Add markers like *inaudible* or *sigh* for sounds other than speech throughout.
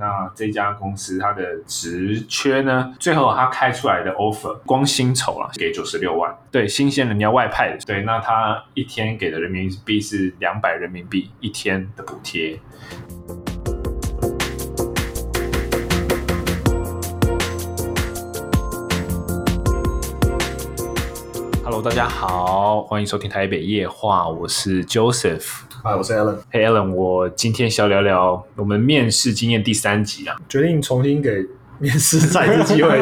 那这家公司它的职缺呢，最后它开出来的 offer 光薪酬啊，给九十六万，对，新鲜人要外派的，对，那他一天给的人民币是两百人民币一天的补贴。Hello，大家好，欢迎收听台北夜话，我是 Joseph。嗨，我是 Alan， Hey Alan，我今天想聊聊我们面试经验第三集啊。决定重新给面试再一次机会，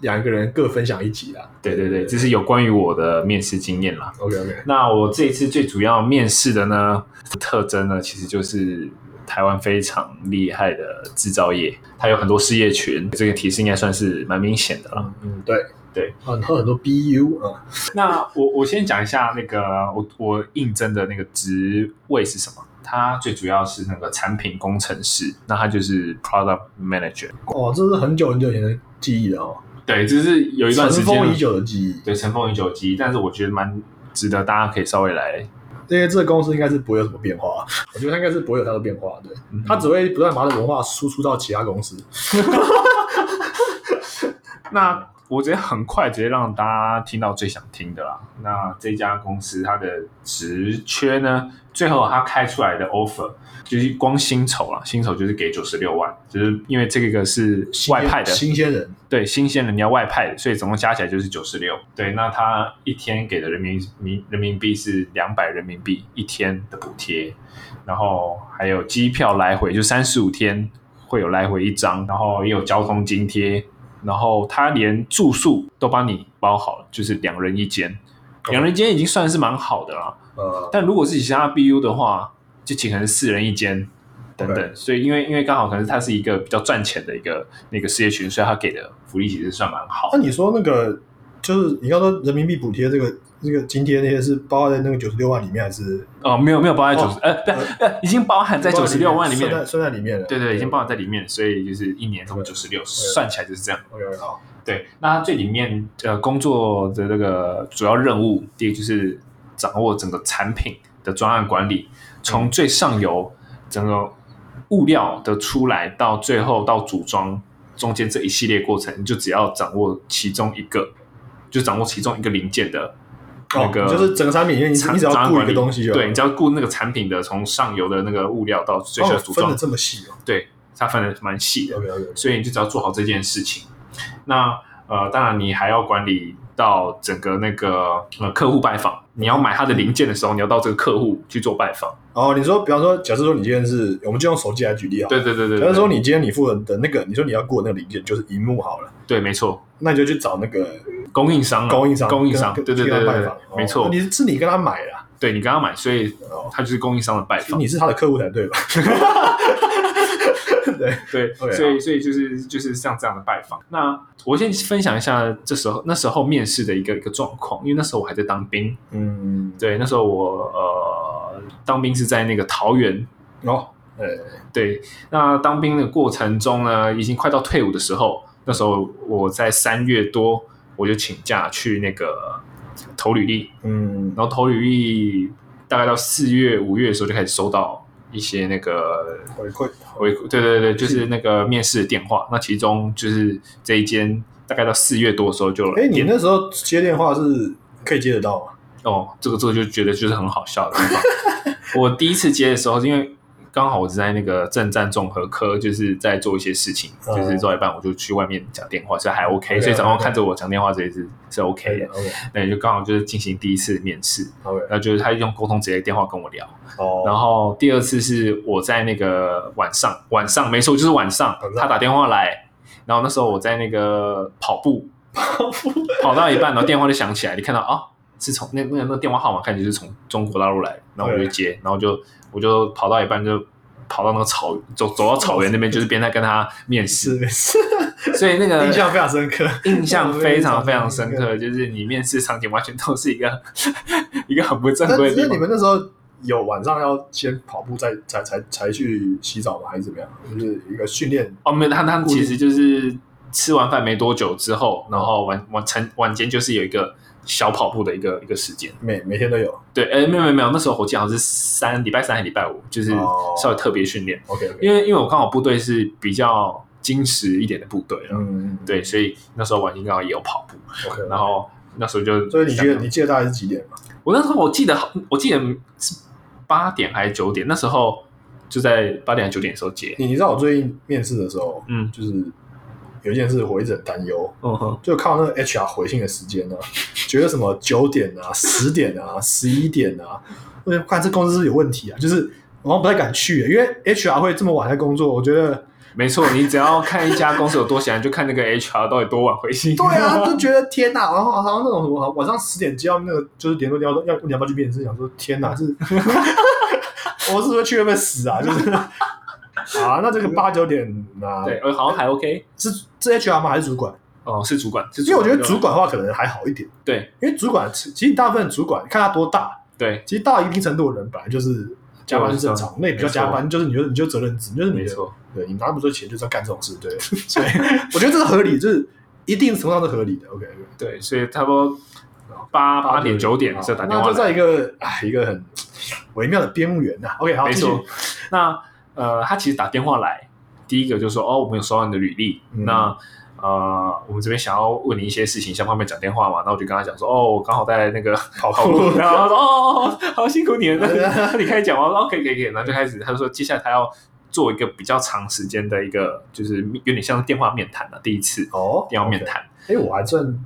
两个人各分享一集啦。 *laughs* 对对对，这是有关于我的面试经验啦。 OK OK，那我这一次最主要面试的呢，特征呢，其实就是台湾非常厉害的制造业，它有很多事业群，这个提示应该算是蛮明显的了。嗯，对对，很多很多 BU 啊，那我我先讲一下那个我我应征的那个职位是什么。它最主要是那个产品工程师，那它就是 product manager。哦，这是很久很久以前的记忆了哦，对，就是有一段时尘间封已久的记忆。对，尘封已久的记忆，但是我觉得蛮值得大家可以稍微来，因为这个公司应该是不会有什么变化， *laughs* 我觉得它应该是不会有太多变化，对，嗯它只会不断把它的文化输出到其他公司。那我直接很快直接让大家听到最想听的啦。那这家公司它的职缺呢，最后它开出来的 offer 就是光薪酬啦，薪酬就是给九十六万，就是因为这个是外派的，新鲜人，对，新鲜人要外派的，所以总共加起来就是九十六。对，那他一天给的人民民人民币是两百人民币一天的补贴，然后还有机票来回，就三十五天会有来回一张，然后也有交通津贴，然后他连住宿都帮你包好了，就是两人一间，两人一间已经算是蛮好的啦。呃，但如果是其他 BU 的话，就请可能是四人一间等等 OK 所以因为因为刚好可能它是一个比较赚钱的一个那个事业群，所以它给的福利其实算蛮好那。你说那个就是你刚说人民币补贴这个这个津贴那些是包在那个九十六万里面还是哦，没有没有包在九十、哦呃，不呃，已经包含 *laughs* 在九十六万里面算在，算在里面了？对对，已经包含在里面，所以就是一年总九十六，算起来就是这样。 OK，好，对，那它最里面呃工作的这个主要任务，第一个就是掌握整个产品的专案管理，嗯从最上游整个物料的出来到最后到组装中间这一系列过程，你就只要掌握其中一个，就掌握其中一个零件的那哦个、就是整个产品里面你只产你只要专案顾一管理个东西就好对，你只要顾那个产品的从上游的那个物料到最后哦组分装，的这么细哦。对，它分的蛮细的。 OK OK，所以你就只要做好这件事情。那呃，当然你还要管理到整个那个呃客户拜访，你要买他的零件的时候，你要到这个客户去做拜访。哦，你说，比方说，假设说你今天是，我们就用手机来举例好了。对对对对假对，设说你今天你负责的那个，你说你要顾的那个零件就是荧幕好了，对，没错，那你就去找那个供应商啊供应商，供应商，对跟对对跟对他拜对访，哦，没错那，你是你跟他买的啊，对你刚刚买，所以哦他就是供应商的拜其实访。你是他的客户才对吧？对，对，对啊所以所以就是就是像这样的拜访。那我先分享一下这时候那时候面试的一个一个状况，因为那时候我还在当兵，嗯，对，那时候我呃当兵是在那个桃园哦，呃，对，那当兵的过程中呢，已经快到退伍的时候，那时候我在三月多我就请假去那个投履历，嗯，然后投履历大概到四月五月的时候就开始收到一些那个回馈，回馈，对对对，就是那个面试的电话。那其中就是这一间，大概到四月多的时候就来哎，你电那时候接电话是可以接得到吗？哦，这个这个就觉得就是很好笑的地方。我第一次接的时候，因为刚好我是在那个正战综合科，就是在做一些事情，嗯就是做一半我就去外面讲电话，所以还 OK，对啊所以长官对啊啊看着我讲电话，这也是是 OK 的。 ，OK，OK，对，就刚好就是进行第一次面试，然后就是他用沟通直接电话跟我聊，哦，然后第二次是我在那个晚上，晚上没错，就是晚上晚上他打电话来，然后那时候我在那个跑步， *laughs* 跑到一半，然后电话就响起来，你看到啊、是从那那个那个电话号码看起来就是从中国大陆来，然后我就接，然后就我就跑到一半就跑到那个草走走到草原那边，就是边在跟他面是试，没事，所以那个印象非常深刻，呃印 *laughs* 象非常非常深。刻，就是你面试场景完全都是一个 *laughs* 一个很不正那规的只地是方你。们那时候有晚上要先跑步再，才才才去洗澡吗？还是怎么样？就是一个训练。哦，没有，他他其实就是吃完饭没多久之后，然后晚晚晨晚间就是有一个小跑步的一个一个时间。每每天都有。对，哎，没有没有没有，那时候我记得好像是三礼拜三还是礼拜五，就是哦稍微特别训练， OK OK。因为因为我刚好部队是比较矜持一点的部队了，嗯，对，所以那时候晚星刚好也有跑步， ，OK。然，后那时候就，所以你记得你记得大概是几点吗？我那时候我记得好，我记得是八点还是九点，那时候就在八点还是九点的时候接，你你知道我最近面试的时候，嗯就是有一件事我一直很担忧，嗯哼，就靠那个 HR 回信的时间呢、觉得什么九点啊、十点啊、十一点啊，我就看这公司是不是有问题啊，就是我好像不太敢去、啊因为 HR 会这么晚在工作，我觉得没错，你只要看一家公司有多闲，就看那个 HR 到底多晚回信。对 *laughs* *laughs* 啊，就觉得天哪，然后然后那种什么晚上十点接到那个就是联络电话说要问你要不要去面试，想说天哪，是， *laughs* 我是不是去会不会死啊？就是。 *laughs* 啊，那这个八九点啊，对，呃，好像还 OK，是是 HR 吗？还是主管？哦，是主管，是因为我觉得主管的话可能还好一点，对因为主管其实大部分主管看他多大，对，其实到一定程度的人本来就是加班是正常，那也不叫加班，就是你就你就责任制，就是你没的，错，对你拿不出钱就是要干这种事， *laughs* 对，所以我觉得这是合理，就是一定程度上是合理的。OK，对，所以差不多八八点九点是打电话那就来。在一个哎一个很微妙的边缘呐。OK，好，没继续错，那呃，他其实打电话来，第一个就说哦，我们有收到你的履历，嗯那呃，我们这边想要问你一些事情，像方便讲电话嘛，那我就跟他讲说，哦，我刚好在那个跑跑步步， *laughs* 然后他说哦，哦哦好辛苦你了，那你开始讲完，我说哦可以可以可以，然后就开始，他就说接下来他要做一个比较长时间的一个，就是有点像电话面谈啊的第一次哦，电话面谈，哎，我还算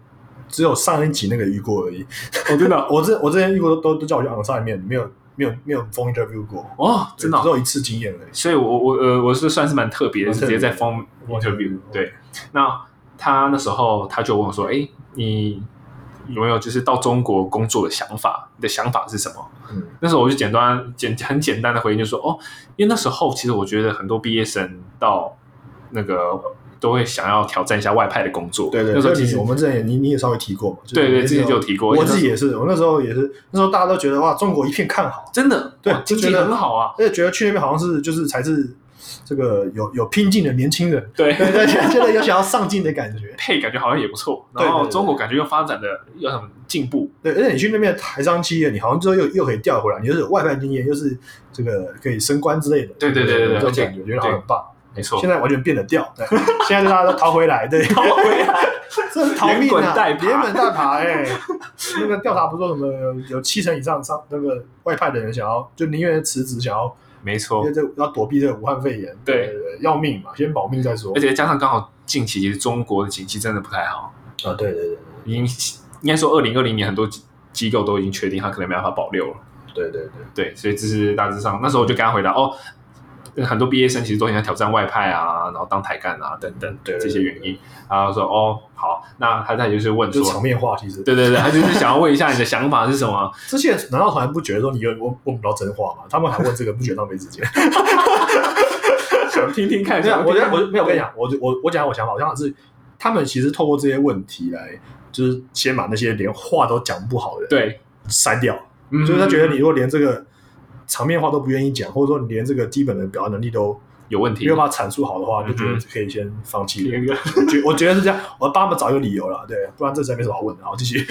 只有上一集那个遇过而已，哦，真的，我之我之前遇过都都都叫我去 on 上面，没有没有没有 phone interview 过，哦，真的哦对只，有一次经验而已。所以我，我我呃，我是算是蛮特别的，蛮是特直别接的在 phone interview。对，那他那时候他就问我说：“哎，你有没有就是到中国工作的想法？你的想法是什么嗯，？”那时候我就简单简很简单的回应，就说：“哦，因为那时候其实我觉得很多毕业生到那个都会想要挑战一下外派的工作。对对，那时候这其你实我们之前也你你也稍微提过嘛，就是对对那时候之前就有提过我因为自己也是，我那时候也是，那时候大家都觉得哇，中国一片看好，真的对哇经就济觉得很好啊，而且觉得去那边好像是就是才是这个有有拼劲的年轻人， *laughs* 对 *laughs* 对对，觉得有想要上进的感觉，配感觉好像也不错，对对然后对中国感觉又发展的又很进步，对，而且你去那边的台商企业，你好像之后又又可以调回来，你就是有外派经验，又是这个可以升官之类的，对对对对对这而种且感觉觉得好像很棒。没错现。在完全变得掉，对，现在大家都逃回 *laughs* 来，对，然后回来这是逃命连滚啊，带爬连滚带爬哎、那个调查不是说什么有七成以上上那个外派的人想要，就宁愿辞职，想要没因错为，这要躲避这个武汉肺炎，对呃要命嘛，先保命再说。而且加上刚好近期其实中国的景气真的不太好，啊，对对对已经应该说二零二零年很多机机构都已经确定它可能没办法保六了。对对对对，所以这是大致上那时候我就跟他回答哦，很多毕业生其实都很想挑战外派啊，然后当台干啊等等对对这些原因。然后说哦好，那他再就是问对，就场说，面话其实。对对对，他就是想要问一下你的想法是什么？这些人难道从来不觉得说你有问问不到真话吗？他们还问这个，不觉得浪费时间？想听听看，没有，想我听听觉得看我没有我跟你讲，我就我我讲我想法，我想法是他们其实透过这些问题来，就是先把那些连话都讲不好的人对，删掉。嗯所以他觉得你如果连这个场面话都不愿意讲，或者说你连这个基本的表达能力都有问题没有，办法阐述好的话，嗯就哼觉得可以先放弃有一个了。 *laughs* 我觉我觉得是这样，我帮他们找一个理由了，对，不然这实在没什么好问的。好，继续。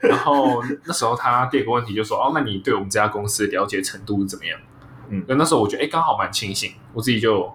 然后那时候他第二个问题就说：“哦，那你对我们这家公司了解程度怎么样？”嗯那那时候我觉得哎，刚好蛮庆幸，我自己就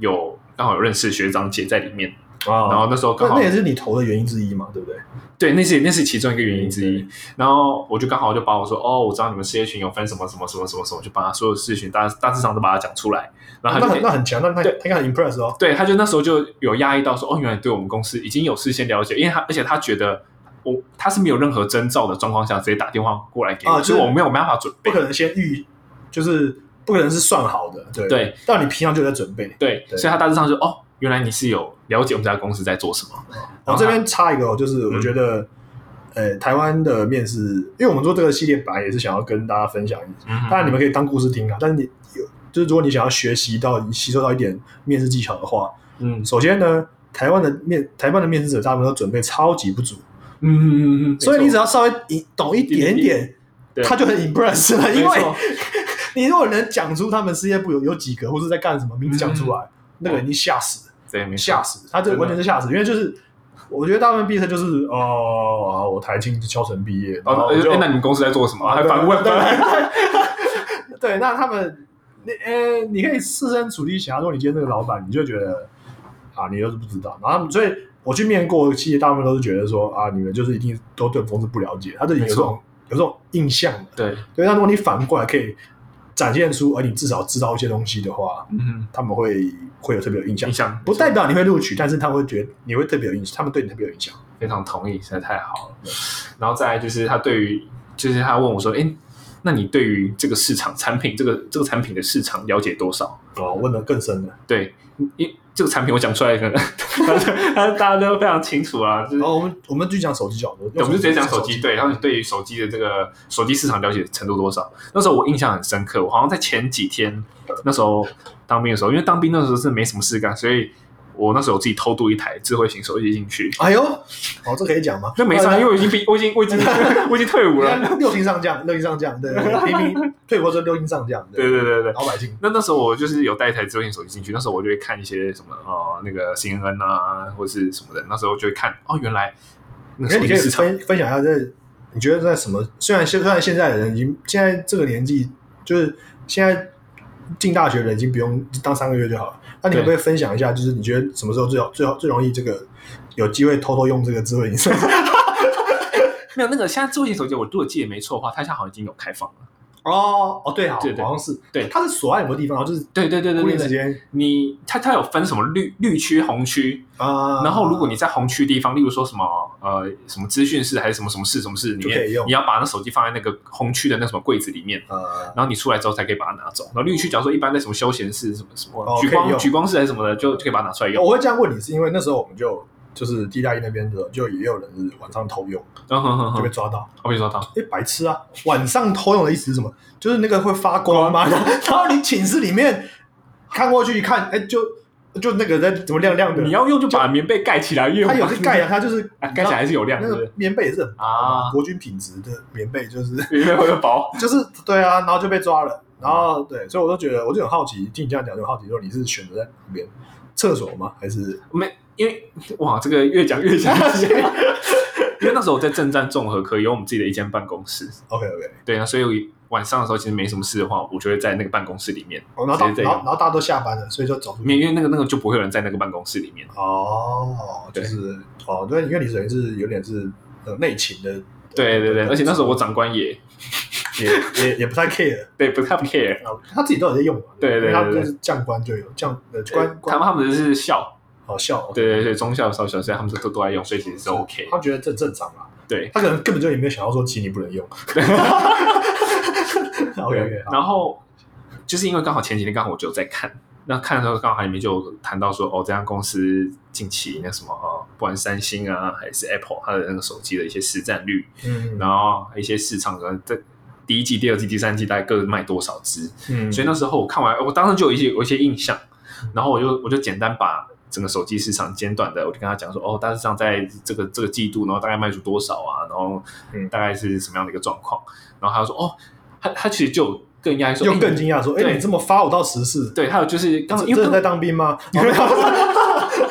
有刚好有认识学长姐在里面，啊 *laughs* 然后那时候那刚好那也是你投的原因之一嘛，对不对？对，那是那是其中一个原因之一对。然后我就刚好就把我说：“哦，我知道你们事业群有分什么什么什么什么什么，就把他所有事情大大致上都把它讲出来。”然后那他很就那很强，那他他啊对应该很 impress 哦。对，他就那时候就有压抑到说：“哦，原来对我们公司已经有事先了解，因为他而且他觉得。”我他是没有任何征兆的状况下直接打电话过来给我，啊所以就是我没有办法准备不。可能先预，就是不可能是算好的，对。对，但你平常就在准备。对，对所以他大致上就哦，原来你是有了解我们这家公司在做什么。我然后这他边插一个、哦，就是嗯我觉得，呃，台湾的面试，因为我们做这个系列本来也是想要跟大家分享一嗯哼当然你们可以当故事听啊，但是你有就是如果你想要学习到吸收到一点面试技巧的话，嗯首先呢，台湾的面台湾的面试者大部分都准备超级不足，嗯嗯嗯嗯，所以你只要要稍微一懂一点一点点，他就很 impress 了，因没为错 *laughs* 你如果能讲出他们事业部有有几个嗯或是在干什么名字讲出来，那个人已经吓死了，对没错吓死，他这个完全是吓死，因为就是我觉得大部分毕业生就是哦、啊我台青教程毕业，然哦，后我就、啊哎，那你们公司在做什么？还反问对对对对，那他们那呃，你可以设身处地想，如果你今天这个老板，你就觉得啊，你都是不知道，然后他们所以我去面过的企业，大部分都是觉得说啊，你们就是一定都对公司不了解，他这里有没这错种有这种印象的。 *laughs* 对，对，那如果你反过来可以展现出，啊而你至少知道一些东西的话，嗯，他们会会有特别有印象印。象不代表你会录取，但是他会觉得你会特别有印象，他们对你特别有印象。非常同意，实在太好了。然后再来就是他对于，就是他问我说，哎，那你对于这个市场产品，这个这个产品的市场了解多少？哦，问的更深了。对，因这个产品我讲出来可能， *laughs* 但是大家都非常清楚啊，就是然哦后我们我们就讲手机角度，对我们就直接讲手手机，对，然后你对于手机的这个手机市场了解程度多少？那时候我印象很深刻，我好像在前几天那时候当兵的时候，因为当兵那时候是没什么事干，所以我那时候自己偷渡一台智慧型手机进去。哎呦，哦，这可以讲吗？那没啥，啊因为为我已经毕，我已经我已经我已经退伍了。 *laughs* 六星上将，六星上将，对，平民退国之后六星上将，对对对对。老百姓。那那时候我就是有带一台智慧型手机进去，那时候我就会看一些什么呃那个 CNN 啊或是什么的，那时候就会看哦原来那我个手觉得你机可以市场分分享一下在，你觉得在什么？虽然现虽然现在的人已经现在这个年纪，就是现在进大学的人已经不用当三个月就好了。那你可不可以分享一下，就是你觉得什么时候最好最好最容易这个有机会偷偷用这个智慧隐身？没有那个现在智慧型手机，我如果记得没错的话，它现在好像已经有开放了。哦哦，对，好，对对好像是对它是锁在某个地方，然后就是对对对对固对定时对，间你它它有分什么绿绿区、红区，啊。然后如果你在红区地方，例如说什么呃什么资讯室还是什么什么室什么室里就可以面用，你要把那手机放在那个红区的那什么柜子里面。呃，然后你出来之后才可以把它拿走。然后绿区，假如说一般在什么休闲室、什么什么哦举可以用哦光举光室还是什么的，就就可以把它拿出来用。我会这样问你，是因为那时候我们就就是地大一那边的，就也有人是晚上偷用，嗯哼哼就被哼，抓到。我跟你说，到哎，白痴啊！晚上偷用的意思是什么？就是那个会发光吗？ *laughs* 然后然后你寝室里面看过去一看，哎，就就那个在怎么亮亮的？你要用就把棉被盖起来，因为它有些盖啊，它就是 *laughs* 啊盖起来还是有亮，那是不个是？棉被也是很薄啊国军品质的棉被，就是棉被会薄。就是对啊，然后就被抓了，然后对，所以我就觉得我就很好奇，听你这样讲就很好奇，说你是选择在哪边厕所吗？还是没，因为哇，这个越讲越详细。因为那时候我在正战综合科有我们自己的一间办公室， OK OK？对啊，所以晚上的时候其实没什么事的话，我就会在那个办公室里面，哦，然后大直接这然样后然后大家都下班了，所以就走出去因为那个那个就不会有人在那个办公室里面。哦，就对是哦，对，因为你等于是有点是呃内勤的，呃对对对，而且那时候我长官也也也也不太 care，对不太 care，然后他自己都有在用嘛，对对因为他对对就是将官就有将呃官他官们他们是校，好笑，，哦对对对，中校少校，所以他们都都爱用，所以其实是 OK。他觉得这正常啦，对他可能根本就也没有想到说其实你不 *laughs* 能用 *laughs* ，OK OK，然后就是因为刚好前几天刚好我就在看，那看的时候刚好里面就有谈到说，哦，这家公司近期那什么，呃，不管是三星啊还是 Apple，它的那个手机的一些市占率，嗯，然后一些市场的这第一季、第二季、第三季大概各卖多少只，嗯所以那时候我看完，呃我当时就有一些有一些印象，然后我就我就简单把整个手机市场简短的，我就跟他讲说，哦，大致上在这个这个季度，然后大概卖出多少啊，然后嗯大概是什么样的一个状况，然后他就说，哦，他他其实就有更压抑说，又哎更惊哦讶说，哎，对你这么发我到十四，对，还有就是刚因真的为在当兵吗？哦没有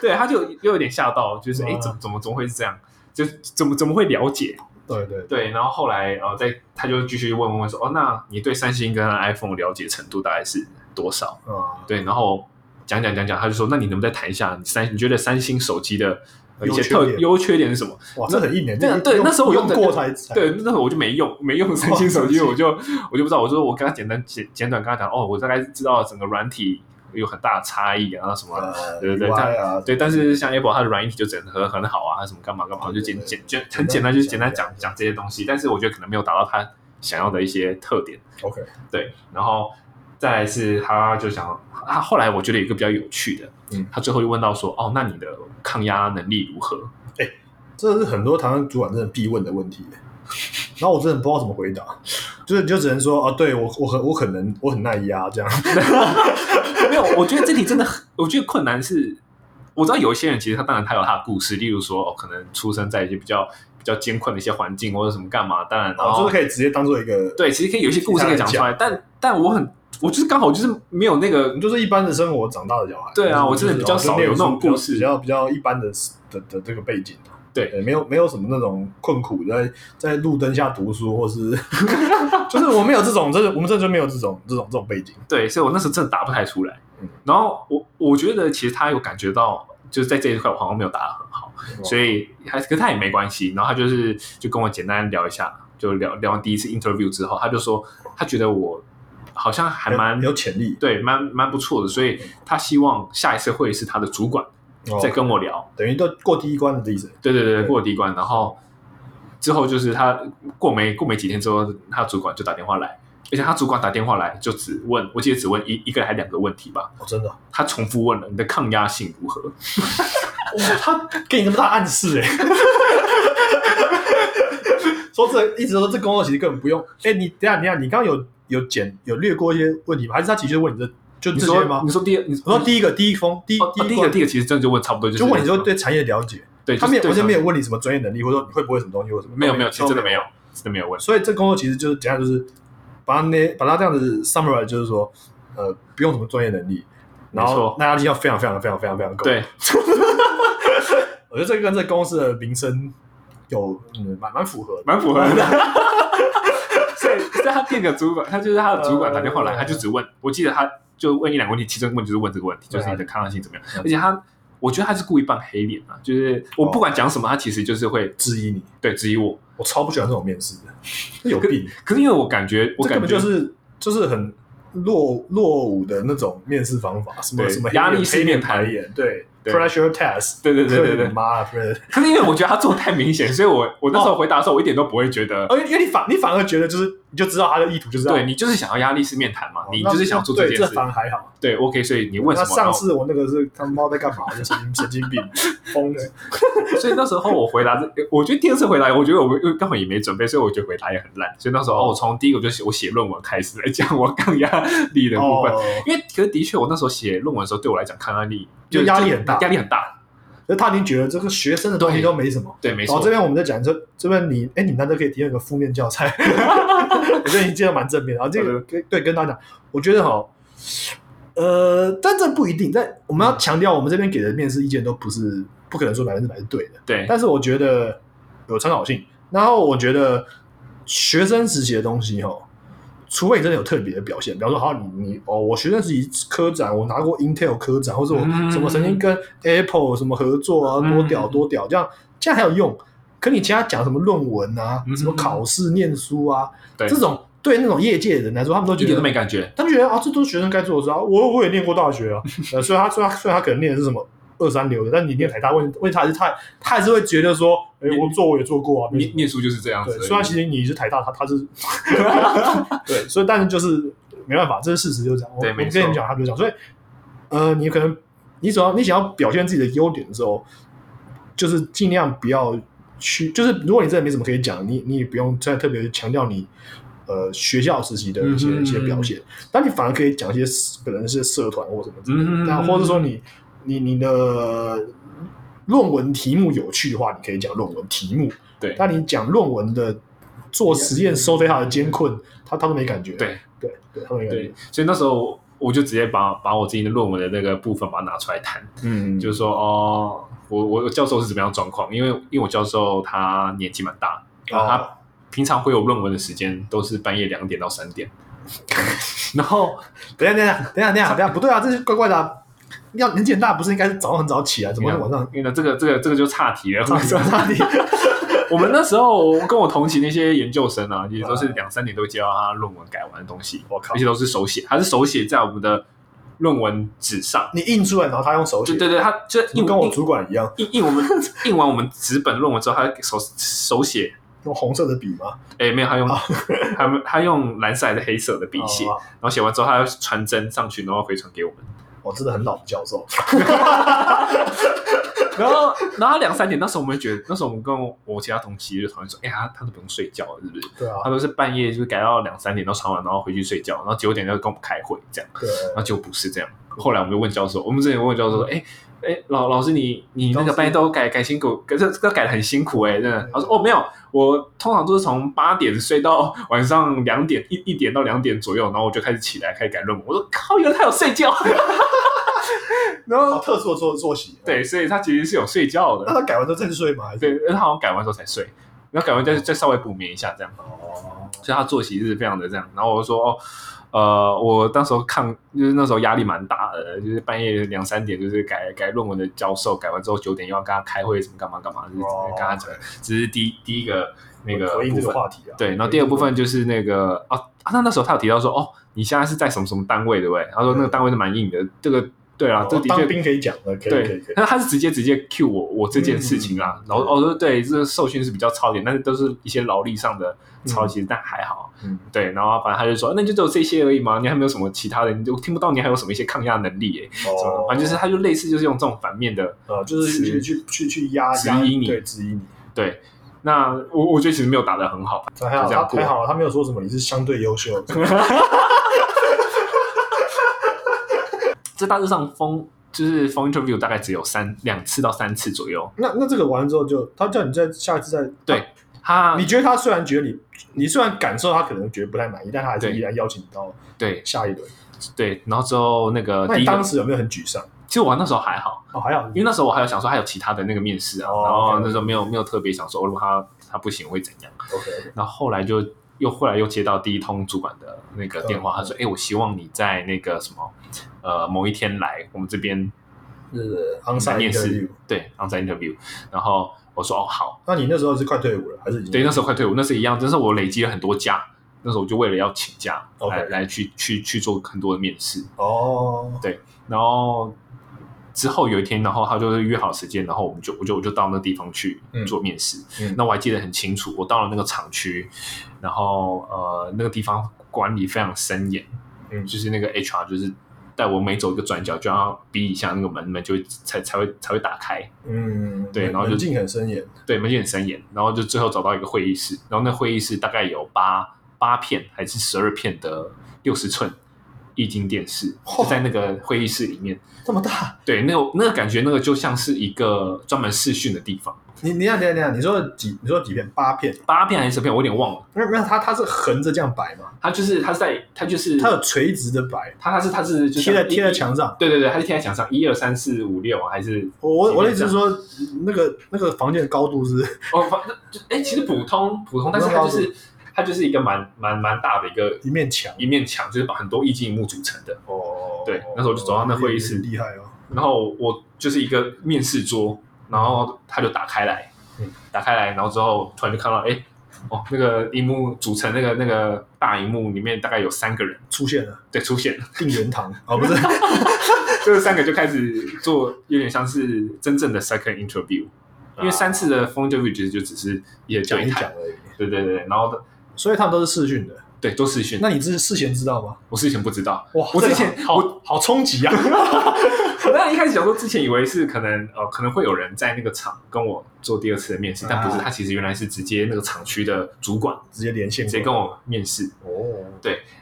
对他就又有点吓到，就是哎哇，怎么怎么怎么会是这样？就怎么怎么会了解？ *laughs* 对对，对，然后后来呃，在他就继续问问问说，哦，那你对三星跟 iPhone 了解程度大概是多少？啊，对，然后讲讲讲讲，他就说，那你能不能再谈一下你三？你觉得三星手机的呃一优些缺特点优缺点是什么？哇，这很硬年，对啊那对那时候我用用的过才才对，那时候我就没用，没用三星手机，哇我就我就不知道。我说我跟他简单简简短跟他讲，哦，我大概知道整个软体有很大的差异啊，什么啊。呃对对对 UI 啊，对，但是像 Apple 它的软体就整合很好啊，它什么干嘛干嘛，就简哦对简对简很简单，就是简单讲讲讲这些东西。但是我觉得可能没有达到他想要的一些特点。 OK，对，然后再来是他就想，他后来我觉得有一个比较有趣的，嗯他最后就问到说，哦，那你的抗压能力如何？ *laughs* 这是很多台湾主管真的必问的问题耶。然后我真的不知道怎么回答， *laughs* 就是你就只能说啊，对我我很我可能我很耐压这样。没有，我觉得这题真的很，我觉得困难是，我知道有一些人其实他当然他有他的故事，例如说哦，可能出生在一些比较比较艰困的一些环 *laughs* 境或者什么干嘛，当然然然后后就是可以直接当做一个对，其实可以有一些故事可以讲出来，但但我很我就是刚好就是没有那个我们就是一般的生活长大的小孩。对啊就是我真的比较少就是有那种故事比较比较比较一般的的的这个背景啊对没有没有什么那种困苦在在路灯下读书，或是 *laughs* 就是我没有这种，真的我们这就没有这种这种这种背景。对，所以我那时候真的答不太出来。嗯然后我我觉得其实他有感觉到，就是在这一块我好像没有答得很好，哦所以还是跟他也没关系。然后他就是就跟我简单聊一下，就聊聊完第一次 interview 之后，他就说他觉得我好像还蛮有有潜力，对蛮蛮不错的，所以他希望下一次会是他的主管哦再跟我聊。等于都过第一关的意思。对对对，对过了第一关，然后之后就是他过没过没几天之后，他主管就打电话来，而且他主管打电话来就只问，我记得只问一一个还两个问题吧，哦， *laughs* 真的哦，他重复问了你的抗压性如何，他给你这么大欸暗示哎、 *laughs* 说这一直说这工作其实根本不用。哎、你等一下等一下，你刚刚有有简有略过一些问题吗？还是他其实就问你这就你这些说吗你？说第二，你我说第一个第一封第一、哦哦第第一一个关第一个其实真的就问差不多，就是就问你说对产业了解，对，他没有就完是全没有问你什么专业能力，或者说你会不会什么东西，或者什么没有没有，其实真的都没有，真的没有问，所以这工作其实就是简单，就是把它那把它这样子 summarize，就是说，呃，不用什么专业能力，然没后错那压力要非常非常非常非常非常高。，对我觉得这跟这公司的名声有嗯蛮蛮符合的。蛮符合 *laughs* 的。所以，所以他第二个主管，他就是他的主管打电话来，呃他就只问，我记得他就问一两个问题，其中一个问题就是问这个问题，就对啊是你的抗压性怎么样嗯？而且他，我觉得他是故意扮黑脸啊，就是我哦不管讲什么，他其实就是会质疑你，对质疑我。我超不喜欢这种面试的，有病，可是因为我感觉，我这根感本觉就是就是很落落伍的那种面试方法，什么对什么压力式黑面面谈排演，对对，pressure test，对对对对对你妈，pressure。可是因为我觉得他做的太明显，所以我我那时候回答的时候，我一点都不会觉得，哦，因为因为你反你反而觉得就是你就知道他的意图就是这对样，你就是想要压力式面谈嘛哦，你那就是想要做这对件事这。反而还好。对，OK，所以你问什那么？上然后次我那个是他猫在干嘛？就神经神经病，疯 *laughs* 子。所以那时候我回答这，我觉得第二次回答，我觉得我根本也没准备，所以我觉得回答也很烂。所以那时候，哦，我从第一个我就写我写论文开始来讲我抗压力的部分，哦，因为可是的确我那时候写论文的时候，对我来讲抗压力就压力很大压力很大。就他已经觉得这个学生的东西都没什么。对，没然后错哦这，边我们在讲这这边你哎，你难得可以提到一个负面 *laughs* 教材，我觉得你介绍蛮正面的。然后这个对对跟大家讲，我觉得哈，呃，但这不一定。但我嗯们要强调，我们这边给的面试意见都不是不可能说百分之百是对的。对但是我觉得有参考性。然后我觉得学生时期的东西哦，除非你真的有特别的表现，比方说，好，你你哦，我学生时期科展，我拿过 Intel 科展，或者我嗯什么曾经跟 Apple 什么合作啊，嗯多屌多屌，这样这样还有用。可你其他讲什么论文啊，嗯什么考试、念书啊，对这种对那种业界的人来说，他们都一觉点都得没感觉。他们觉得啊，这都是学生该做的事啊。我我也念过大学啊，呃，虽然他虽然虽然他可能念的是什么二三流的，但你念台大问问题他还是他他还是会觉得说，哎、你我做我也做过啊。没什念么念书就是这样对，子，虽然其实你是台大，他他 *laughs* 是，对，所以但是就是没办法，这是事实，就是这样。我对我没跟错你讲，他就讲，所以呃，你可能你只要你想要表现自己的优点的时候，就是尽量不要去，就是如果你真的没什么可以讲，你你也不用再特别强调你。呃，学校时期的一些、嗯哼一些表现，但你反而可以讲一些可能是社团或什么之类的，嗯哼那、或者说你你你的论文题目有趣的话，你可以讲论文题目，对但你讲论文的做实验收费他的艰困，他他都没感觉。对对对，他都没感觉对。，所以那时候我就直接把把我自己的论文的那个部分把它拿出来谈，嗯就是说哦，我我教授是怎么样的状况？因为因为我教授他年纪蛮大，然后他哦平常会有论文的时间都是半夜两点到三点， *laughs* 然后等一下等一下等一下等一下等一下，不对啊，这是怪怪的、啊。要年纪很大，不是应该是早上很早起来，啊怎么会晚上？因为这个这个这个就岔题了。 *laughs* *laughs* 差点，我们那时候跟我同期那些研究生啊，也都是两三点都会接到他论文改完的东西，我靠而！且都是手写，他是手写在我们的论文纸上。你印出来，然后他用手写对，对对，他就你印跟我印主管一样，印印我们印完我们纸本论文之后，他手手写，用红色的笔吗？哎、没有，他用啊他们他用蓝色还是黑色的笔写，哦然后写完之后他要传真上去，然后回传给我们。我哦真的很老的教授。然后然后他两三点，那时候我们觉得，那时候我们跟我我其他同期就讨论说，哎、呀，他都不用睡觉了，是不是？对啊他，都是半夜就是改到两三点都传完，然后回去睡觉，然后九点就跟我们开会这样，对。然后结果不是这样。后来我们就问教授，我们之前问教授说，哎、哎，老老师你你那个班都改改辛苦，可是都改的很辛苦哎、真的对。他说哦没有，我通常都是从八点睡到晚上两点一一点到两点左右，然后我就开始起来开始改论文。我说靠，原来他有睡觉。 *laughs* 然哦后特殊的作作息。，哦对，所以他其实是有睡觉那的，他改完之后再去睡嘛？还是对，他好像改完之后才睡，然后改完再再稍微补眠一下这样。哦，所以他作息是非常的这样。然后我就说，哦，呃，我当时候看，就是那时候压力蛮大的，就是半夜两三点，就是改改论文的教授，改完之后九点又要跟他开会，什么干嘛干嘛，就是哦跟他讲，这是第一第一个那个回应部这个分。话题啊。对，然后第二部分就是那个啊啊，那那时候他有提到说，哦，你现在是在什么什么单位对不对？他说那个单位是蛮硬的，这个对啊哦，这的当确兵可以讲的，可以可以对可以，。那他是直接直接 cue 我我这件事情啦，嗯然后哦说对，这个受训是比较糙一点，但是都是一些劳力上的操，嗯其实但还好。 *laughs* 嗯对，然后反正他就说，那就只有这些而已嘛，你还没有什么其他的，你就听不到你还有什么一些抗压能力耶、什么哦的，反正就是他就类似就是用这种反面的呃，就是指去去去去压指压引你对，质疑你。对。那我我觉得其实没有打得很好，还好就这样他过还好他没有说什么，你是相对优秀的。这大致上封就是封 interview 大概只有三两次到三次左右。那那这个完了之后就，他叫你再下一次再对他啊你觉得他虽然觉得你，你虽然感受他可能觉得不太满意，但他还是对依然邀请你到对下一轮。对，然后之后那个呃那第你一个当，时有没有很沮丧？其实我那时候还好，哦，还好，因因为那时候我还有想说还有其他的那个面试啊，哦然后 OK 那时候没有没有特别想说，哦如果他他不行会怎样。 OK，然后后来就又后来又接到第一通主管的那个电话，嗯他说：“哎、我希望你在那个什么呃某一天来我们这边是 onsite 面试 interview。，对 onsite interview。”然后我说：“哦，好。那你那时候是快退伍了，还是已”经对，那时候快退伍，那是一样，但是我累积了很多假，那时候我就为了要请假 OK 来来去去去做很多的面试。哦，然后之后有一天，然后他就是约好时间，然后我们就我就我就到那地方去嗯做面试。嗯那我还记得很清楚，我到了那个厂区，然后呃那个地方管理非常森严，嗯就是那个 HR 就是带我每走一个转角就要逼一下那个门，门就会才才会才会打开，嗯，对然后就门禁很森严，对，门就很森严。然后就最后找到一个会议室，然后那会议室大概有八八片还是十二片的六十寸液晶电视，就在那个会议室里面。这么大。对，那个那个感觉，那个就像是一个专门试训的地方，你你看你看你看，你说几你说几片八片，八片还是十片，我有点忘了。那那它它是横着这样摆嘛？它就是它是在它就是它有垂直的摆，它它是它是就是贴在贴在，墙上。对对对，它是贴在墙上，一二三四五六还是我我我的意几思面是说，那个那个房间的高度是哦，反正就哎、其实普通普通，但是它就是它就是一个蛮蛮蛮大的一个一面墙。一面墙，就是把很多意境幕组成的。哦对那时候我就走到那会议室很厉害哦。然后我就是一个面试桌，然后他就打开来，嗯打开来，然后之后突然就看到，哎，哦，那个荧幕组成那个那个大荧幕里面大概有三个人，出现了对，出现了，定元堂 *laughs* 哦，不是，这三个就开始做，有点像是真正的 second interview，因为三次的 phone interview 其实就只是一些啊讲对一谈讲，而已。对对对，然后所以他们都是视讯的。对都视讯，那你是事先知道吗？我事前不知道，哇，我这个之前好好冲击 *laughs* 啊！我当然一开始想说，之前以为是可能呃，可能会有人在那个厂跟我做第二次的面试，但不是，啊他其实原来是直接那个厂区的主管直接连线直过接来，跟我面试，哦，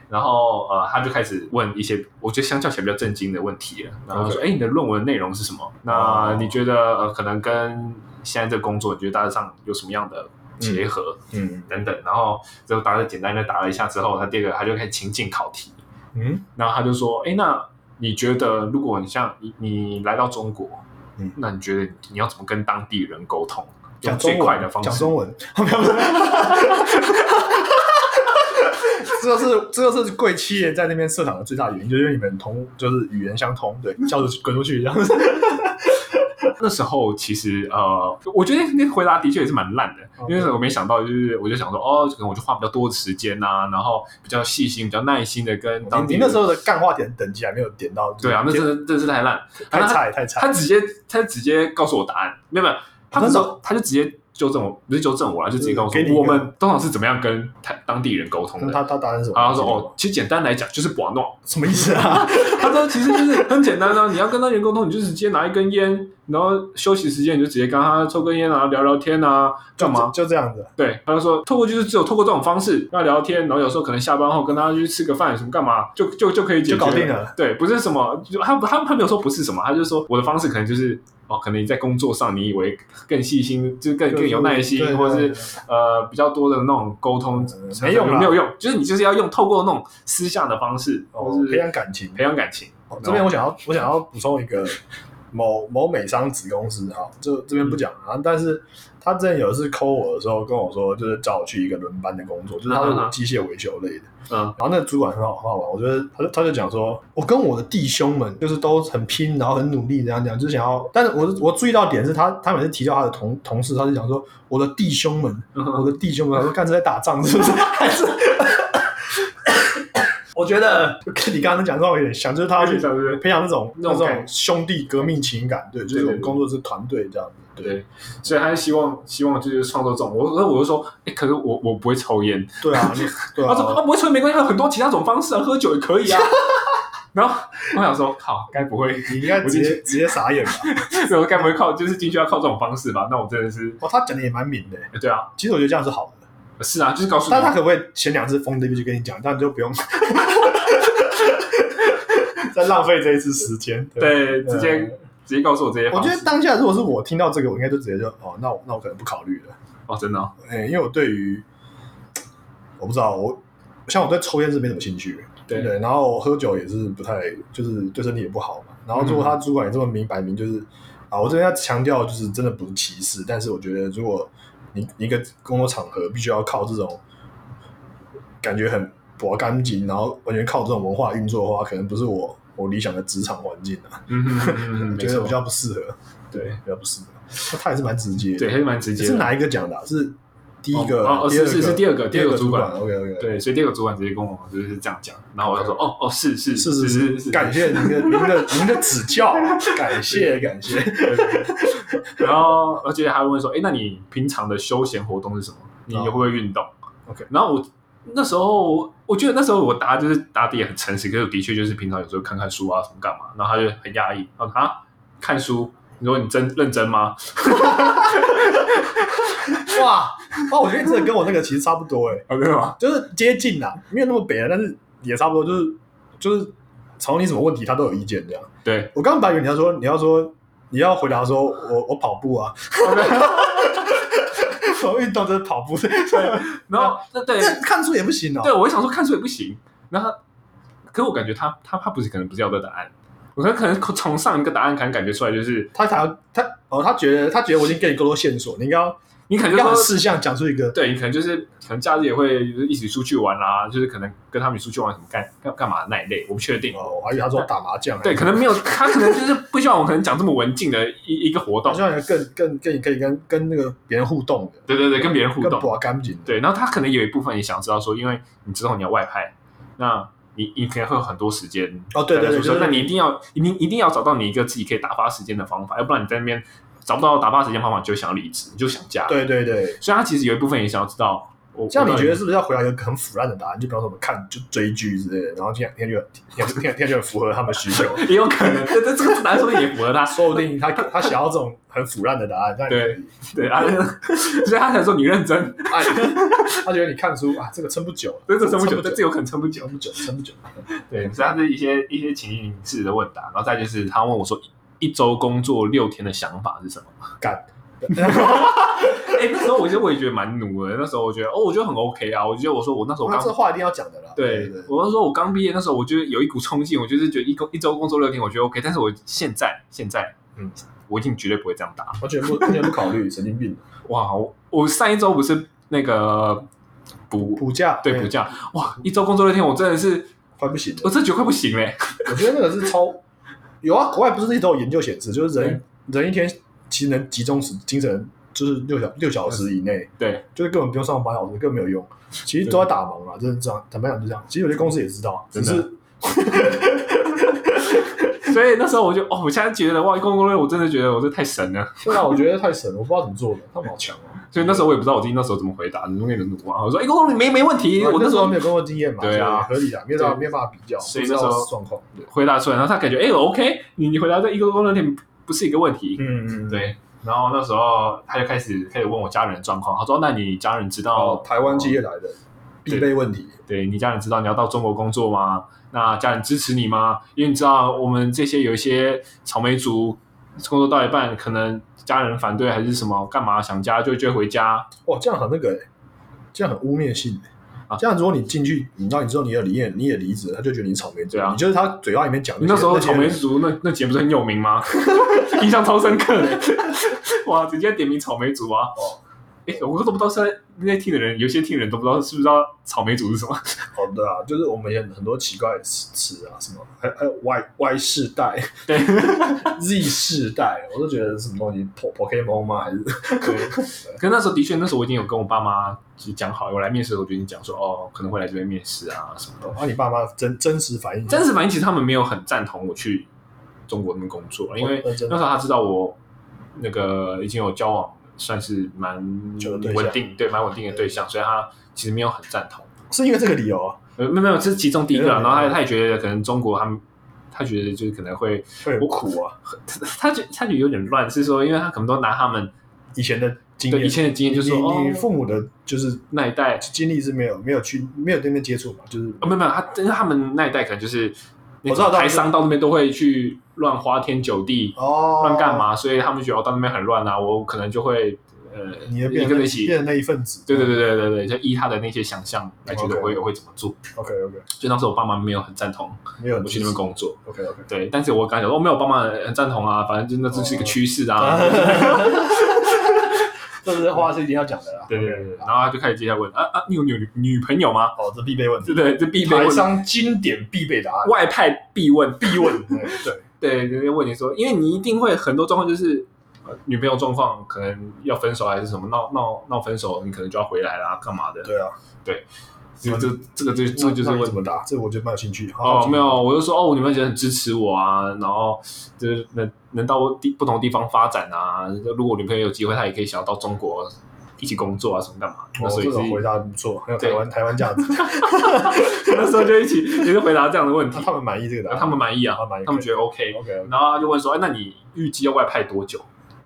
然后呃，他就开始问一些我觉得相较起来比较震惊的问题了。然后他说：“哎、你的论文内容是什么？那哦你觉得呃，可能跟现在这个工作，你觉得大致上有什么样的结合、嗯等等？”然后最后答的简单的答了一下之后，他第二个他就开始情境考题，嗯然后他就说：“哎，那你觉得，如果你像你你来到中国，嗯那你觉得你要怎么跟当地人沟通？用讲最中快文的方讲式？中文， *laughs* 没有，不是这就是这就是贵企业在那边设厂的最大原因，就是因为你们同就是语言相通，对，叫着滚出去这样子。那时候其实呃，我觉得那回答的确也是蛮烂的， OK 因为我没想到，就是我就想说，哦，可能我就花比较多的时间呐、然后比较细心、比较耐心的跟当你地你那人。时候的干话点等级还没有点到，对啊，那真的真的是太烂，太然后他菜太菜他。直接他直接告诉我答案，没有没有，他真那的时候他就直接纠正我，不是纠正我啦，就直接告诉给你一我，个我们东厂是怎么样跟他当地人沟通那的。他他答案是什么？然后他说哦，其实简单来讲就是不弄。什么意思啊？ *laughs* 他说其实就是很简单啊，你要跟当地人沟通，你就直接拿一根烟，然后休息时间你就直接跟他抽根烟啊，聊聊天啊，干嘛？就这样子，对，他就说透过就是只有透过这种方式跟他聊天，然后有时候可能下班后跟他去吃个饭什么干嘛，就就就可以解决就搞定了。对，不是什么，就他他他没有说不是什么，他就说我的方式可能就是哦，可能你在工作上你以为更细心，就是更更有耐心，对或者对是呃比较多的那种沟通嗯，没用啦没有用，就是你就是要用透过那种私下的方式，哦或是培养感情。培养感情。哦这边我想要我想要补充一个某某美商子公司哈，这这边不讲啊，但是他之前有一次 call 我的时候跟我说，就是叫我去一个轮班的工作，就是他嗯嗯说嗯机械维修类的。嗯然后那个主管很好很好玩，我觉得他就他就讲说，我跟我的弟兄们就是都很拼，然后很努力，怎样怎样，就是想要。但是我我注意到点是他他每次提到他的同同事，他就讲说我的弟兄们，我的弟兄们，我说干这在打仗是不是？还是我觉得就跟你刚刚讲的话有点像，就是他要去对对对培养那种那那种种感兄弟革命情感，对，就是我们对工作是团队这样子，对对，所以他希望希望就是创作这种，我我就说，哎，可是我我不会抽烟，对啊，*laughs* 对他说啊，啊，不会吹没关系，还有很多其他种方式啊，喝酒也可以啊。 *laughs* 然后我想说，靠，该不会，你应该直接直接傻眼吧？我该不会靠，就是进去要靠这种方式吧？那我真的是，哦，他讲的也蛮明的，哎对啊，其实我觉得这样是好的。是啊，就是告诉你但，他可不可以前两次封 d 就跟你讲，这样你就不用 *laughs* 再浪费这一次时间。对，直接嗯直接告诉我这些我方觉式。得当下如果是我听到这个，我应该就直接就哦，那我那我可能不考虑了。哦，真的哦，哎、因为我对于我不知道，我像我对抽烟是没什么兴趣，对对，然后喝酒也是不太，就是对身体也不好嘛。然后嗯如果他主管也这么明摆明就是、啊，我这边要强调就是真的不是歧视，但是我觉得如果你你一个工作场合必须要靠这种感觉很不干净，然后完全靠这种文化运作的话，可能不是我我理想的职场环境啊，嗯哼嗯哼嗯哼，我没觉得错比，较不适合，对比较不适合。他也是蛮直接的，对，还是蛮直接是的。哪一个讲的啊、是第一个，哦哦第二是是是第二个第第二二个个主主管 OK OK，，对，所以第二个主管直接跟我就是这样讲，然后我就说，哦哦，是是是是是是，感谢您的您 *laughs* 的您的指教，感谢感谢。 *laughs* 然后而且还问说，哎，那你平常的休闲活动是什么？你哦会不会运动 OK 然后我那时候我觉得那时候我答就是答的也很诚实，可是我的确就是平常有时候看看书啊什么干嘛，然后他就很压抑，然后他啊看书。你说你真认真吗？哇哇，我觉得这个跟我那个其实差不多哎，啊，对吗？就是接近啦，没有那么北啊，但是也差不多，就是就是朝你什么问题他都有意见这样。对， *laughs* 我刚刚白宇你要说你要说你要回答说我我跑步啊， *laughs* 我运动就是跑步， *laughs* 这然后那对看书也不行哦。对，我也想说看书也不行。然后他，可我感觉他他他不是可能不是要的答案，我可能可能从上一个答案可能感觉出来，就是他才要他哦，他觉得他觉得我已经给你够多线索，你应该要你可能就要说很事项讲出一个对你可能就是可能假日也会就是一起出去玩啦、就是可能跟他们一起出去玩什么干干干嘛那一类，我不确定。哦，我还以为他说打麻将，对，可能没有他，可能就是不希望我可能讲这么文静的一一个活好动。像有更更更可以跟跟那个别人互动的，对对对，跟别人互更动。不干净的。对，然后他可能有一部分也想知道说，因为你之后你要外派，那你你可能会有很多时间哦对在那对对边说就是那你一定要一定一定要找到你一个自己可以打发时间的方法，要不然你在那边找不到打发时间方法，你就想要离职，你就想嫁。，对对对，所以他其实有一部分也想要知道。我这样你我到底觉得是不是要回答一个很腐烂的答案？就比方说我们看就追剧之类的，然后这样天就很天天天就很符合他们需 *laughs* 求，也有可 *laughs* 能，这这这个答案说不定也符合他。说不定他他想要这种很腐烂的答案，但对对啊， *laughs* 所以他才说你认真，哎，他觉得你看书啊，这个撑不久了，这这撑不久，撑不久这这有可能撑不久撑。不久，*laughs* 撑不久。对，所以他是一些一些情形式的问答，然后再就是他问我说一一周工作六天的想法是什么？干， *laughs* 哎、那时候我觉得我也觉得蛮努的，那时候我觉得哦，我觉得很 OK 啊，我觉得我说我那时候那刚这话一定要讲的啦。对对，，我是说我刚毕业那时候，我觉得有一股冲劲，我就是觉得一工一周工作六天，我觉得 OK，但是我现在现在嗯嗯，我一定绝对不会这样打。完全不完全不考虑，神经病。哇，我我上一周不是那个补补假对补，假，哇，一周工作六天，我真的是快不行了我。真的觉得快不行嘞、我觉得那个是超有啊，国外不是一直都有研究显示，就是人人一天其实能集中时精神就是六小六小时以内，对，就是根本不用上八啊小时，根本没有用。其实都在打忙啊，真的这样。坦白讲就这样。其实有些公司也知道，只真的是所以那时候我就哦，我现在觉得哇，工作六天，我真的觉得我这太神了。对啊，我觉得太神了，我不知道怎么做的，他们好强哦。 *laughs* 所以那时候我也不知道我自己那时候怎么回答，你永远都哇，我说哎，公公你没没问题，我我那哦那时时候候没有工作经验嘛，对啊所以合理啊，没有办法没有办法比较，所以不知道那时候状况，回答出来，然后他感觉哎，OK，你你回答这一个公公点不是一个问题，嗯嗯，对。然后那时候他就开始开始问我家人的状况，他说：“哦那你家人知道哦，台湾企业来的哦必备问题，对你家人知道你要到中国工作吗？那家人支持你吗？因为你知道我们这些有一些草莓族工作到一半，可能家人反对还是什么，干嘛想家就就回家。哇，这样很那个欸，这样很污蔑性欸啊这样如果你进去，你让你知道你也离也你也离职了，他就觉得你是草莓族，对啊你就是他嘴巴里面讲你的那时候草莓族那那节不是很有名 *laughs* 吗？印象超深刻的， *laughs* 哇，直接点名草莓族啊！哦，哎，我都不知道现在那听的人，有些听的人都不知道是不是知道草莓族是什么。好的啊，就是我们也很多奇怪的词词啊，什么还还有 Y Y 世代 *laughs* 对， *laughs* Z 世代，我都觉得什么东西 Po Pokemon 吗？还是对， *laughs* 可是那时候的确，那时候我已经有跟我爸妈就讲好，我来面试的时候我就已经讲说，哦，可能会来这边面试啊什么的。啊，你爸妈真真实反应，真实反应其实他们没有很赞同我去中国那边工作，因为哦真那的时候他知道我那个已经有交往，算是蛮就有对象稳定，对，蛮稳定的对象，所以他其实没有很赞同。是因为这个理由啊，呃，没有没有，这是其中第一个啊。没有没有然后他他也觉得可能中国他们，他觉得就是可能会，会很苦啊， *laughs* 他觉他觉得有点乱，是说因为他可能都拿他们以前的经对验，以前的经验，就是说你哦你父母的就是那一代经历是没有没有去没有对面接触嘛，就是啊，没有没有，他因为他们那一代可能就是那我知道种我知道台商到那边都会去乱花天酒地，哦乱干？嘛，所以他们觉得我到那边很乱啊，我可能就会呃，你也一变个人一成那变起，成那一份子，对对对对对对，就依他的那些想象来觉得 OK 我也会怎么做。 ，OK OK，所以当时我爸妈没有很赞同没有我很去那边工作， OK OK，对，但是我刚才讲说哦，没有，我爸妈很赞同啊，反正就那这是一个趋势啊。 *laughs* 哦这是话是一定要讲的啊啦，对对对对，然后他就开始接下来问啊啊，你有女女女朋友吗？哦，这必备问题对，对，这必备台问，商经典必备答案，外派必问，必问。哎对，对，人家问你说，因为你一定会很多状况，就是、呃女朋友状况可能要分手还是什么闹闹闹分手，你可能就要回来啦，干嘛的？对啊，这这这个就这个就是那你问怎么答，这我就蛮有兴趣。好哦，没有，，我就说哦，我女朋友觉得很支持我啊，然后就是能能到地不同地方发展啊，如果我女朋友有机会，她也可以想要到中国一起工作啊，什么干嘛？那我所以哦这是、种回答不错，很有对台湾台湾 *laughs* 价值，那时候就一起也是回答这样的问题那，他们满意这个然后答案，啊他们满意啊他们满意，他们觉得 OK， OK，然后他就问说，哎，那你预计要外派多久？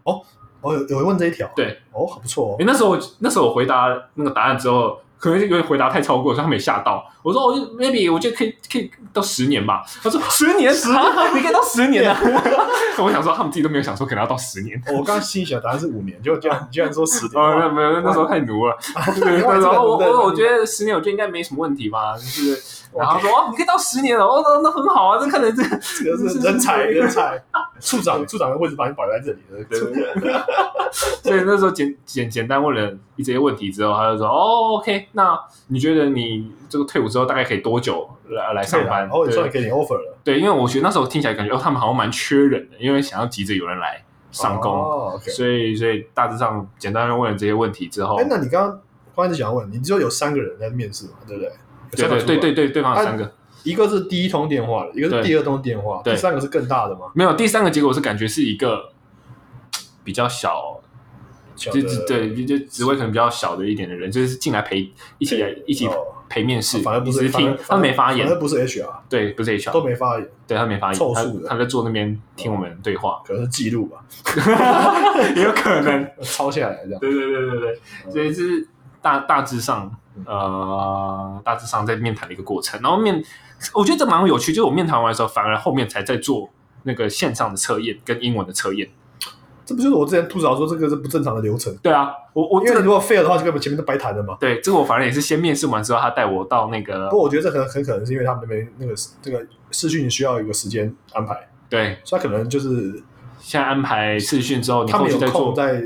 哦有有人问这一条，对，哦不错哎、那时候我那时候我回答那个答案之后，可能有点回答太超过，所以他没吓到。我说哦，maybe 我觉得可以可以到十年吧。他说十年，十年，你可以到十年啊。 *laughs* 我想说他们自己都没有想说可能要到十 *laughs* 年。哦，我刚刚心里想答案是五年，就这样，你居然说十年，哦，没有没有，那时候太奴了。 *laughs* 对，哇那时这候我个真的我我觉得十年，我觉得应该没什么问题吧。就是，然后他 OK 说哦，你可以到十年了，哦，那那很好啊，这看来这 *laughs* 这个是人才人才，处长处长的位置把你摆在这里了，对处所以那时候简简简单问了一些问题之后，他就说：“哦，OK，那你觉得你这个退伍之后大概可以多久来来上班？”然后也算对给啊哦你 offer 了，对，因为我觉得那时候听起来感觉哦，他们好像蛮缺人的，因为想要急着有人来上工，哦，OK。所以所以大致上简单的问了这些问题之后哎，，那你刚刚关键想问，你只有有三个人在面试嘛，对不对？对对对，对对，对方有三个，一个是第一通电话的，一个对是第二通电话，对第三个是更大的嘛？没有第三个结果是感觉是一个比较小小就的就对，就就职位可能比较小的一点的人，就是进来陪一起来一起哦陪面试，反而不只是是听，他没发言反，正不是 HR，对，不是 HR，都没发言，对他没发言，凑他数的，他在坐那边听我们对话可能是记录吧，哦 *laughs* 也有可能。抄下来这样。对对对对对，嗯所以这是大大致上，呃，大致上在面谈的一个过程。然后面，我觉得这蛮有趣，就是我面谈完的时候，反而后面才在做那个线上的测验跟英文的测验。这不就是我之前吐槽说这个是不正常的流程？对啊，我我因这为你个如果 fail 的话，就根本前面都白谈了嘛。对这个我反正也是先面试完之后，他带我到那个不过我觉得这可能很可能是因为他们那边那个这个试训需要一个时间安排，对，所以他可能就是现在安排试训之后，你他后们续有再空做在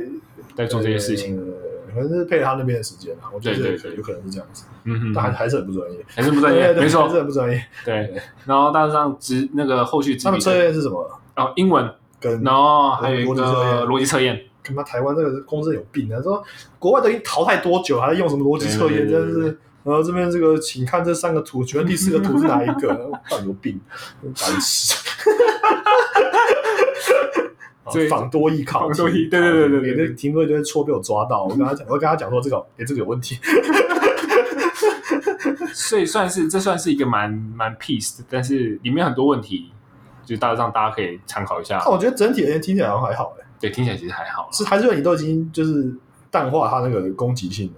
再做这些事情。呃可能是配合他那边的时间啊。我觉得对对这对有可能是这样子，嗯但还嗯，还是很不专业。还是不专业，对对没还是错，很不专业。对。然后大致上只那个后续只他们测验是什么？哦英文。跟然后还有一逻辑测个验逻辑测验，他妈台湾这个公司有病啊！说国外都已经淘汰多久，还在用什么逻辑测验？对对对真对是，然后这边这个，请看这三个图，请问第四个图是哪一 *laughs* 个？到底有病，白痴！啊 *laughs* 所以访多益考放题东西，对对对对每对个对，啊停课就会戳被我抓到，我跟他讲，我跟他讲说这个，哎、这个有问题，所以算是这算是一个蛮蛮 peace 的，但是里面很多问题，就大致上大家可以参考一下但。我觉得整体而言听起来好像还好、哎，对，听起来其实还好啦。是还是你都已经就是淡化他那个攻击性了。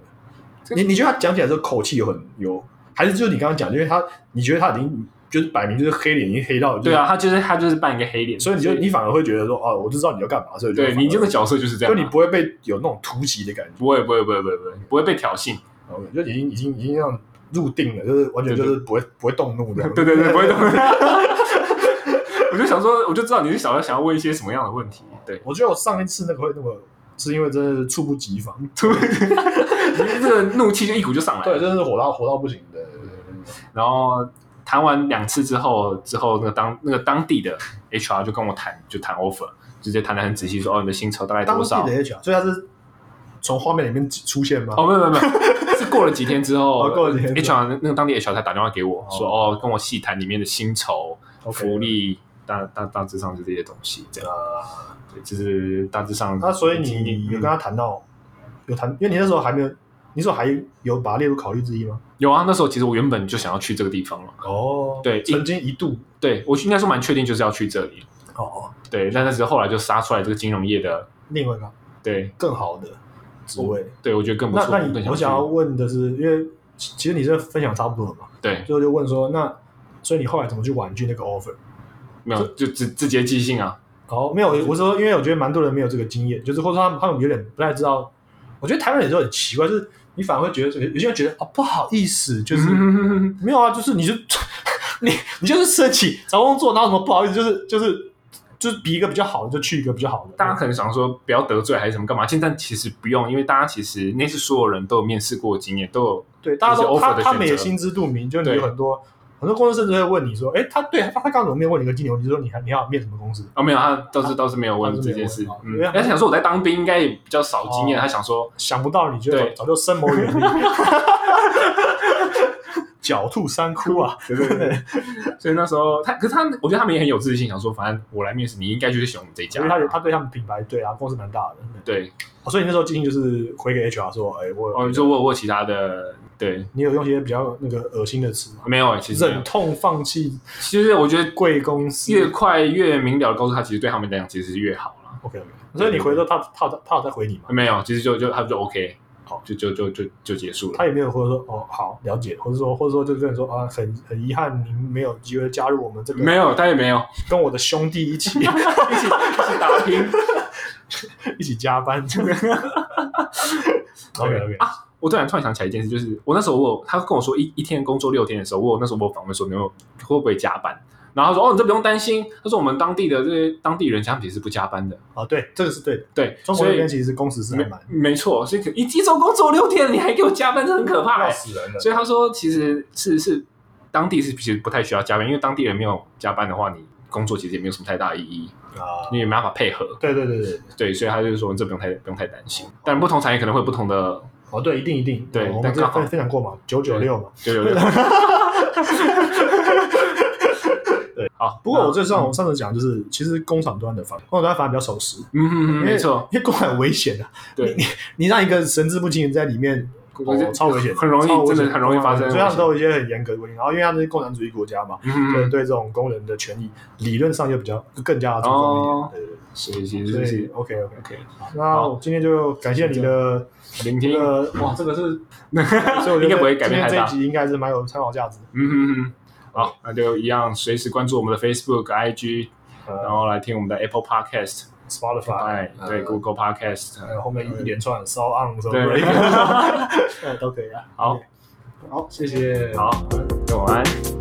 这你你觉得他讲起来的时候口气有很有，还是就是你刚刚讲，因为他你觉得他已经就是摆明就是黑脸，已经黑到、就是对啊，，他就是他就是扮一个黑脸，所以你就你反而会觉得说，哦，我就知道你要干嘛，所以我就对反而你这个角色就是这就样啊，你不会被有那种突袭的感觉，不会不会不会不会不会不会被挑衅，哦就已经已经已经让入定了，就是完全就是不会不会动怒的， *laughs* 对对对，不会动。 *laughs* 我就想说，我就知道你是想要想要问一些什么样的问题，对，我觉得我上一次那个会那么，是因为真的是猝不及防，这个怒气就一股就上来了。对，真的是火到火到不行的。然后谈完两次之后，之后那个当那个当地的 HR 就跟我谈，就谈 offer，直接谈的很仔细说，哦，你的薪酬大概当多地少？的 HR，所以他是从画面里面出现吗？哦，没有没有没 *laughs* 有，是过了几天之后、哦过了几天之 HR 那那个当地 HR 才打电话给我、哦说，哦，跟我细谈里面的薪酬、 OK 福利，大大大致上就这些东西，这样，对，就是大致上。啊那所以今天你有嗯跟他谈到，有谈，因为你那时候还没有，你那时候还有把它列入考虑之一吗？有啊？那时候其实我原本就想要去这个地方了，哦，对曾经一度，对我应该说蛮确定就是要去这里，哦哦，对，但那时候后来就杀出来这个金融业的，另外一个对更好的职位。对，我觉得更不那错。那更你想我想去要问的是，因为其其实你这分享差不多了嘛，对，所以我就问说，那所以你后来怎么去婉拒那个 offer？没有就直直接寄信啊。哦，没有，我是说，因为我觉得蛮多人没有这个经验，就是或者说他们他们有点不太知道。我觉得台湾人有时候很奇怪，就是你反而会觉得，有些人觉得啊、不好意思，就是、嗯没有啊，就是你就 *laughs* 你你就是申请找工作，哪有什么不好意思，就是就是就是比一个比较好的就去一个比较好的。大家可能想说不要得罪还是什么干嘛？现在其实不用，因为大家其实那是所有人都有面试过的经验，都有对，大家有都 offer 他的他们也选择心知肚明，就是你对有很多很多公司甚至会问你说，哎，他对他他刚刚怎么没有问你个金牛？你说你还你要面什么公司？哦，没有，他倒是倒是没有问啊倒是这没有件事问啊。嗯因为，他而且想说我在当兵应该也比较少经验，哦他想说想不到你就对早就深谋远虑， *laughs* 狡兔三 *laughs* 窟啊！对对对。所以那时候他，可是他，我觉得他们也很有自信，想说反正我来面试，你应该就是喜欢我们这一因家为。他有他对他们品牌对啊，公司蛮大的，对，哦所以你那时候进行就是回给 HR 说，哎，我哦，你说我有我有其他的对你有用一些比较那个恶心的词吗？没有欸？其实没有忍痛放弃其实我觉得贵公司越快越明了地告诉他，其实对他们来讲其实是越好了。 ，OK OK，所以你回之后他他有他有再回你吗？没有，其实就就他就 OK，好就就就就就结束他了。也没有或者说哦好了解，或者说或者说就跟你说啊很很遗憾您没有机会加入我们这没个，有，他也没有跟我的兄弟一 *laughs* 起一起一起打拼。一起 *laughs* 加班。OK OK，啊，我突然突然想起来一件事，就是我那时候我有他跟我说一一天工作六天的时候，我有那时候我有访问说你有会不会加班，然后他说哦你这不用担心，他说我们当地的这些当地人他们其实是不加班的，啊对，这个是对的。对，中国所那边以其实是工时是还没蛮没错，所以可一一周工作六天，你还给我加班，这很可怕、要欸。死人了。所以他说，其实是是当地是其实不太需要加班，因为当地人没有加班的话，你工作其实也没有什么太大的意义，啊，你也没办法配合。对对对对，对，所以他就是说这不用太不用太担心。但不同产业可能会有不同的哦对，一定一定，对我们但之前刚好分分享过嘛，九九六嘛。对 *laughs* 对对。对，好。不过我这最上我上次讲就是，其实工厂端的反工厂端反而比较守时，嗯哼哼，因为没错，，因为工厂很危险的，对你，你让一个神志不清的人在里面。我觉哦得，超危险，很容易超危险真的很容易发生所以他们都有一些很严格的规定。然后，因为他们是共产主义国家嘛，嗯所以哼，对这种工人的权益理论上又比较更加的注重哦一点。对所以其对对，实所以是 OK OK。 OK，那我今天就感谢你的聆这听，个，哇，这个是， *laughs* 所以我觉得 *laughs* 应该不会改变太今天大这一集应该是蛮有参考价值的。嗯哼哼。好，那就一样，随时关注我们的 Facebook、IG，然呃后来听我们的 Apple Podcast。 *laughs* ，Spotify，哎，对呃，Google Podcast，还有后面一连串 s o on 什么对 *laughs* *laughs* break，呃都可以啊。好，好，谢谢。好，各位晚安。